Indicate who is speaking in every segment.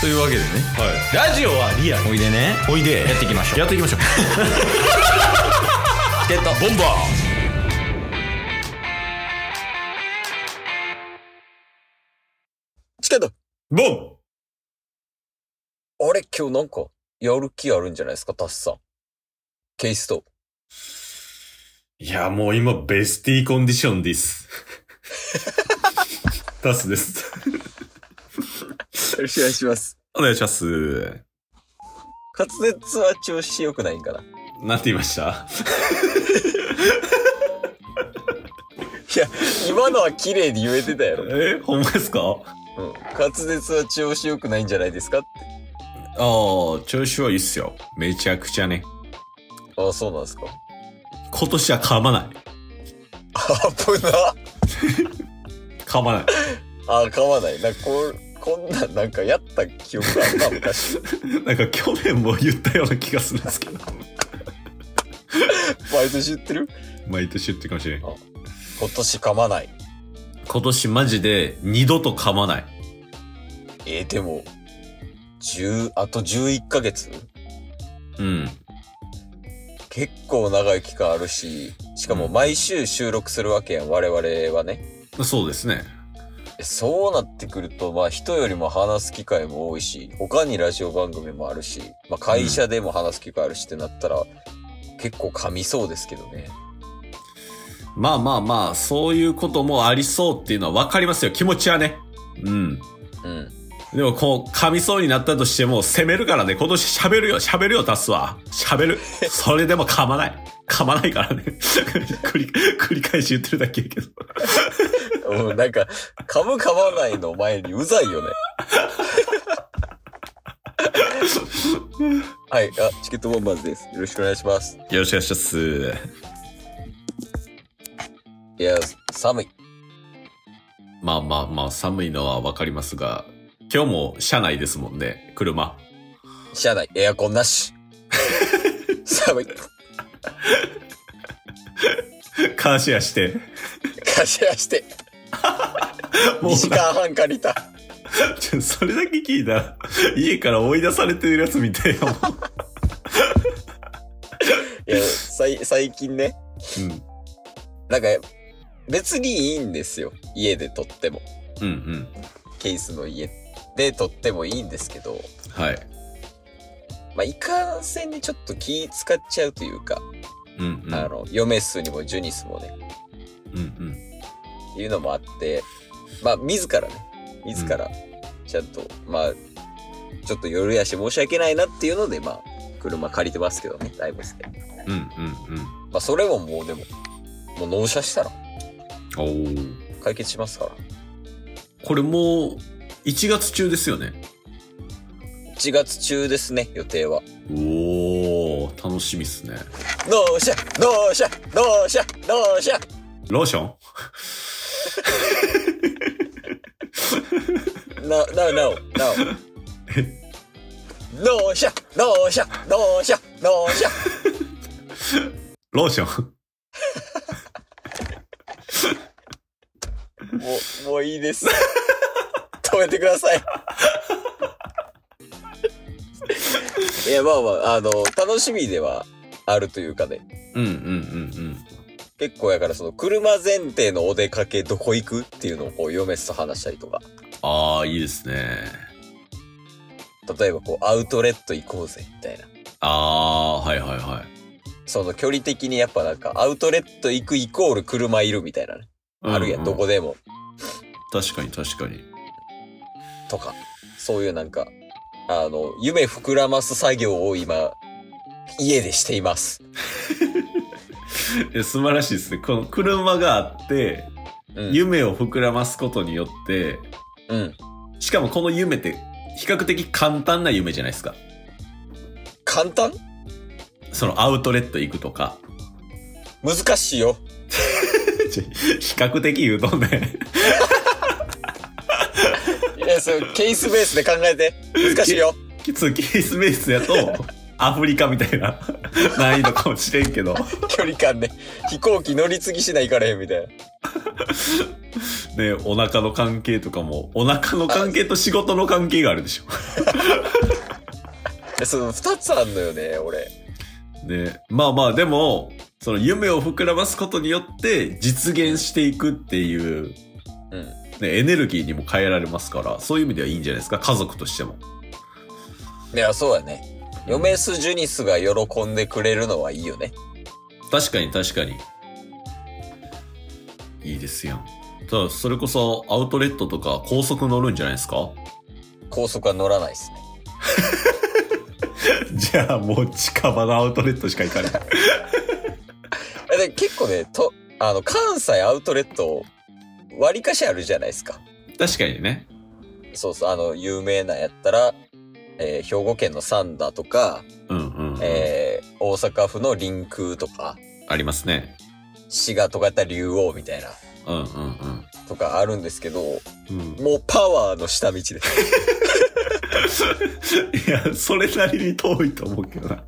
Speaker 1: というわけでね
Speaker 2: ラジオはリアル
Speaker 1: おいでね
Speaker 2: おいで
Speaker 1: やっていきましょう
Speaker 2: やっていきましょう
Speaker 1: チケットボンバー
Speaker 3: チケット
Speaker 2: ボン
Speaker 3: あれ今日なんか、やる気あるんじゃないですか、タスさん。ケイスト。
Speaker 2: いや、もう今、ベスティーコンディション です。タスです。
Speaker 3: よろしくお願いします。
Speaker 2: お願いします。
Speaker 3: 滑舌は調子良くないんかな。い
Speaker 2: なんて言いました
Speaker 3: や、今のは綺麗に言えてたやろ。
Speaker 2: えほんまですかあ
Speaker 3: うん。滑舌は調子良くないんじゃないですかって。
Speaker 2: あ、調子はいいっすよ。めちゃくちゃね。
Speaker 3: ああ、そうなんですか。
Speaker 2: 今年は噛まない。
Speaker 3: 危な。
Speaker 2: 噛まない。
Speaker 3: ああ、噛まない。なんかこう、こんなんなんかやった記憶があった昔。
Speaker 2: なんか去年も言ったような気がするんですけど。
Speaker 3: 毎年言ってる
Speaker 2: 毎年言ってるかもしれん。
Speaker 3: 今年噛まない。
Speaker 2: 今年マジで二度と噛まない。
Speaker 3: えー、でも、10、あと11ヶ月
Speaker 2: うん。
Speaker 3: 結構長い期間あるし、しかも毎週収録するわけやん、我々はね。
Speaker 2: そうですね。
Speaker 3: そうなってくると、まあ人よりも話す機会も多いし、他にラジオ番組もあるし、まあ会社でも話す機会あるしってなったら、結構噛みそうですけどね。
Speaker 2: まあまあまあ、そういうこともありそうっていうのはわかりますよ。気持ちはね。うん。
Speaker 3: うん。
Speaker 2: でもこう、噛みそうになったとしても、攻めるからね、今年喋るよ、喋るよ、足すわ。喋る。それでも 噛まない。噛まないからね。 繰り、繰り返し言ってるだけやけど。
Speaker 3: うん、なんか、噛む噛まないの前にうざいよね。はい、あ、チケットボンバーズです。よろしくお願いします。
Speaker 2: よろしくお願いします。
Speaker 3: いや、寒い。
Speaker 2: まあまあまあ、寒いのはわかりますが、今日も車内ですもんね、車。
Speaker 3: 車内、エアコンな し。寒い。
Speaker 2: カーシェアして。
Speaker 3: 貸し出して、
Speaker 2: も
Speaker 3: 2時
Speaker 2: うな
Speaker 3: 間半借りた。
Speaker 2: ちょそれだけ聞いたら、家から追い出されてるやつみたいやもん。
Speaker 3: いや、さい最近ね、
Speaker 2: うん。
Speaker 3: なんか、別にいいんですよ。家で撮っても。
Speaker 2: うんうん。
Speaker 3: ケースの家で撮ってもいいんですけど、
Speaker 2: はい。
Speaker 3: まあ、いかんせんにちょっと気使っちゃうというか、
Speaker 2: うんうん。
Speaker 3: あの、嫁数にもジュニスもね、
Speaker 2: うんうん。
Speaker 3: いうのもあって、まあ、自らね、自ら、ちゃんと、まあ、ちょっと夜やし申し訳ないなっていうので、まあ、車借りてますけどね、だいぶして。
Speaker 2: うんうんうん。
Speaker 3: まあ、それももうでも、もう納車したら
Speaker 2: おー。
Speaker 3: 解決しますから。
Speaker 2: これもう1月中ですよね。
Speaker 3: 1月中ですね、予定は。
Speaker 2: おー、楽しみっすね。
Speaker 3: 納車納車納車納車
Speaker 2: ローション
Speaker 3: な、な、なお、なお。納車納車納車納車
Speaker 2: ローション
Speaker 3: もう、もういいです。止めてください。いや、まあまあ、あの、楽しみではあるというかね。
Speaker 2: うんうんうん
Speaker 3: 結構やから、その、車前提のお出かけどこ行くっていうのをこう、嫁すと話したりとか。
Speaker 2: うん。あー、いいですね。
Speaker 3: 例えばこう、アウトレット行こうぜ、みたいな。
Speaker 2: あー、はいはいは
Speaker 3: その距離的にやっぱなんか、アウトレット行くイコール車いるみたいなね。
Speaker 2: い。
Speaker 3: あるやん、
Speaker 2: うう
Speaker 3: どこでも。
Speaker 2: 確かに確かに。
Speaker 3: とか、そういうなんか、あの、夢膨らます作業を今、家でしています。
Speaker 2: え素晴らしいですね。この車があって、
Speaker 3: うん。
Speaker 2: 夢を膨らますことによって、
Speaker 3: うん。
Speaker 2: しかもこの夢って比較的簡単な夢じゃないですか。
Speaker 3: 簡単
Speaker 2: そのアウトレット行くと か。
Speaker 3: 難しいよ。
Speaker 2: ちょ比較的言うとね。
Speaker 3: いや、それケースベースで考えて。難しいよ。
Speaker 2: きついケースベースやと、アフリカみたいな。難易度かもしれんけど。
Speaker 3: 距離感ね。飛行機乗り継ぎしないからへんみたいな。
Speaker 2: ねお腹の関係とかも、お腹の関係と仕事の関係があるでしょ。
Speaker 3: えその二つあんのよね、俺。
Speaker 2: ねまあまあ、でも、その夢を膨らますことによって実現していくっていう、
Speaker 3: うん。
Speaker 2: ね、エネルギーにも変えられますから、そういう意味ではいいんじゃないですか、家族としても。
Speaker 3: いや、そうやね。嫁すジュニスが喜んでくれるのはいいよね。
Speaker 2: 確かに確かに。いいですよ。ただ、それこそアウトレットとか高速乗るんじゃないですか
Speaker 3: 高速は乗らないですね。
Speaker 2: じゃあもう近場のアウトレットしか行かない。
Speaker 3: えで結構ね、と、あの、関西アウトレット、割かしあるじゃないですか。
Speaker 2: 確かにね。
Speaker 3: そうそう、あの、有名なんやったら、えー兵庫県のサンダとか、
Speaker 2: うんうん、うん
Speaker 3: えー大阪府の臨空とか、
Speaker 2: ありますね。
Speaker 3: 滋賀とかやったら竜王みたいな、
Speaker 2: うんうんうん。
Speaker 3: とかあるんですけど、
Speaker 2: うん、
Speaker 3: もうパワーの下道です。
Speaker 2: いや、それなりに遠いと思うけどな。
Speaker 3: こ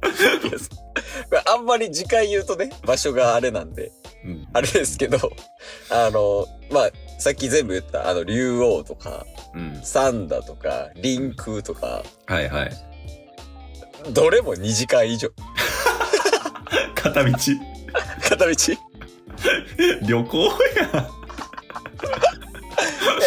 Speaker 3: れあんまり次回言うとね、場所があれなんで、
Speaker 2: うん、
Speaker 3: あれですけど、 あの、まあ、さっき全部言った、あの、竜王とか、
Speaker 2: うん。
Speaker 3: サンダとか、臨空とか、
Speaker 2: はいはい。
Speaker 3: どれも2時間以上。
Speaker 2: 片道、
Speaker 3: 片道。 いや、
Speaker 2: 旅行や。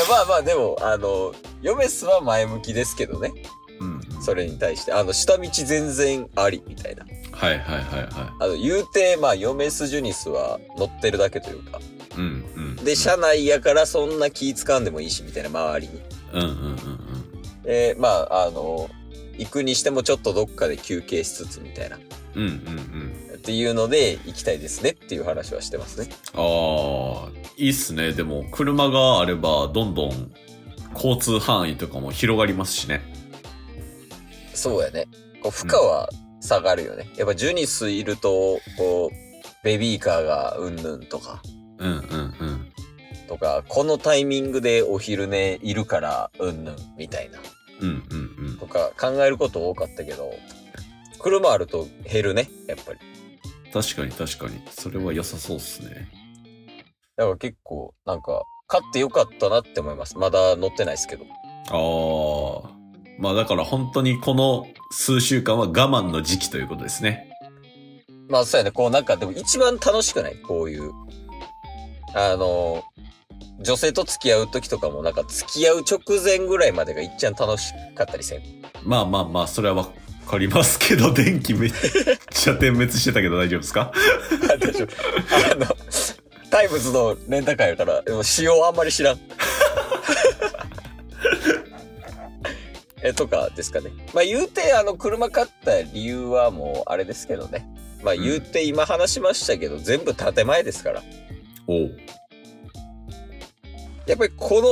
Speaker 3: まあまあ、でも、あの、ヨメスは前向きですけどね。
Speaker 2: うん。
Speaker 3: それに対して、あの、下道全然あり、みたいな。
Speaker 2: はいはいはいは
Speaker 3: あの、言うて、まあ、ヨメスジュニスは乗ってるだけというか。
Speaker 2: い。うんうん。
Speaker 3: で、車内やからそんな気使んでもいいし、みたいな、周りに。
Speaker 2: うんうんうんうん。
Speaker 3: えーまあ、あの、行くにしてもちょっとどっかで休憩しつつみたいな。
Speaker 2: うんうんうん。
Speaker 3: っていうので、行きたいですねっていう話はしてますね。
Speaker 2: ああ、いいっすね。でも、車があれば、どんどん、交通範囲とかも広がりますしね。
Speaker 3: そうやね。こう負荷は下がるよね。やっぱジュニスいると、こう、ベビーカーがうんぬんとか、
Speaker 2: うんうんうん。
Speaker 3: とか、このタイミングでお昼寝いるからうんぬんみたいな、
Speaker 2: うんうんうん。
Speaker 3: とか考えること多かったけど、車あると減るね、やっぱり。
Speaker 2: 確かに確かに。それは良さそうっすね。
Speaker 3: だから結構、なんか、買ってよかったなって思います。まだ乗ってないですけど。
Speaker 2: ああ。まあだから本当にこの数週間は我慢の時期ということですね。
Speaker 3: まあそうやね、こうなんかでも一番楽しくないこういう。あの、女性と付き合う時とかもなんか付き合う直前ぐらいまでが一ちゃん楽しかったりせん。
Speaker 2: まあまあまあ、それはわかりますけど、 電気めっちゃ点滅してたけど大丈夫ですか
Speaker 3: 大丈夫あの、タイムズのレンタカーやから、でも仕様あんまり知らん。 え、とかですかね。まあ言うて、あの、車買った理由はもうあれですけどね。まあ言うて今話しましたけど、全部建前ですから。
Speaker 2: おう
Speaker 3: やっぱりこの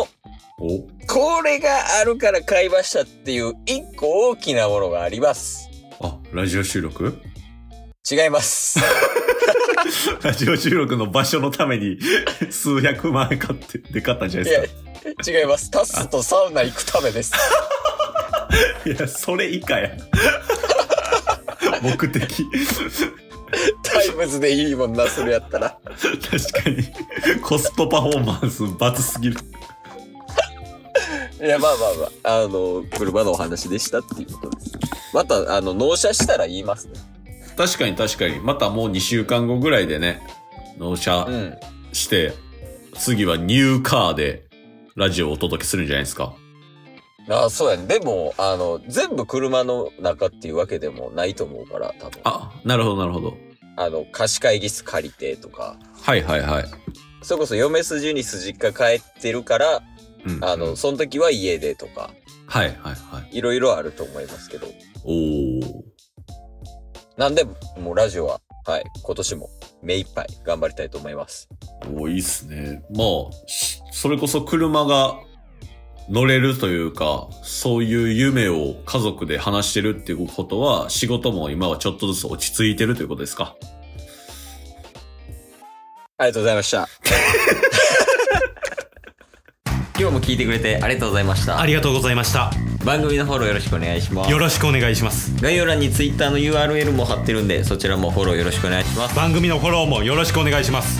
Speaker 2: おう
Speaker 3: これがあるから買いましたっていう一個大きなものがあります。
Speaker 2: あ、ラジオ収録
Speaker 3: 違います。
Speaker 2: ラジオ収録の場所のために 数百万円買って、で買ったんじゃ
Speaker 3: い
Speaker 2: ないで
Speaker 3: や
Speaker 2: すか、
Speaker 3: 違います。タッスとサウナ行くため です。
Speaker 2: いや、それ以下や。 目的。
Speaker 3: タイムズでいいもんな、それやったら。
Speaker 2: 確かに。コストパフォーマンスバツすぎる。
Speaker 3: いや、まあまあまあ、あの、車のお話でしたっていうことです。また、あの、納車したら言いますね。
Speaker 2: 確かに確かに。またもう2週間後ぐらいでね、納車
Speaker 3: うん。
Speaker 2: して、次はニューカーでラジオをお届けするんじゃないですか。
Speaker 3: ああ、そうやね。でも、あの、全部車の中っていうわけでもないと思うから、多分。あ
Speaker 2: あ、なるほどなるほど。
Speaker 3: の、貸し会議室借りてとか、
Speaker 2: はいはいはい。
Speaker 3: それこそ嫁筋に筋実家帰ってるから、
Speaker 2: うん
Speaker 3: あの、その時は家でとか、
Speaker 2: はいはいはい。
Speaker 3: いろいろあると思いますけど。
Speaker 2: おー。
Speaker 3: なんで、もうラジオは、はい、今年も目いっぱい頑張りたいと思います。
Speaker 2: おーいいっすね。まあ、しそれこそ車が乗れるというか、そういう夢を家族で話してるっていうことは、仕事も今はちょっとずつ落ち着いてるということですか。
Speaker 3: ありがとうございました。 今日も聞いてくれてありがとうございました。
Speaker 1: ありがとうございました
Speaker 3: 番組のフォローよろしくお願いします
Speaker 4: よろしくお願いします
Speaker 3: 概要欄に Twitter の URL も貼ってるんでそちらもフォローよろしくお願いします
Speaker 4: 番組のフォローもよろしくお願いします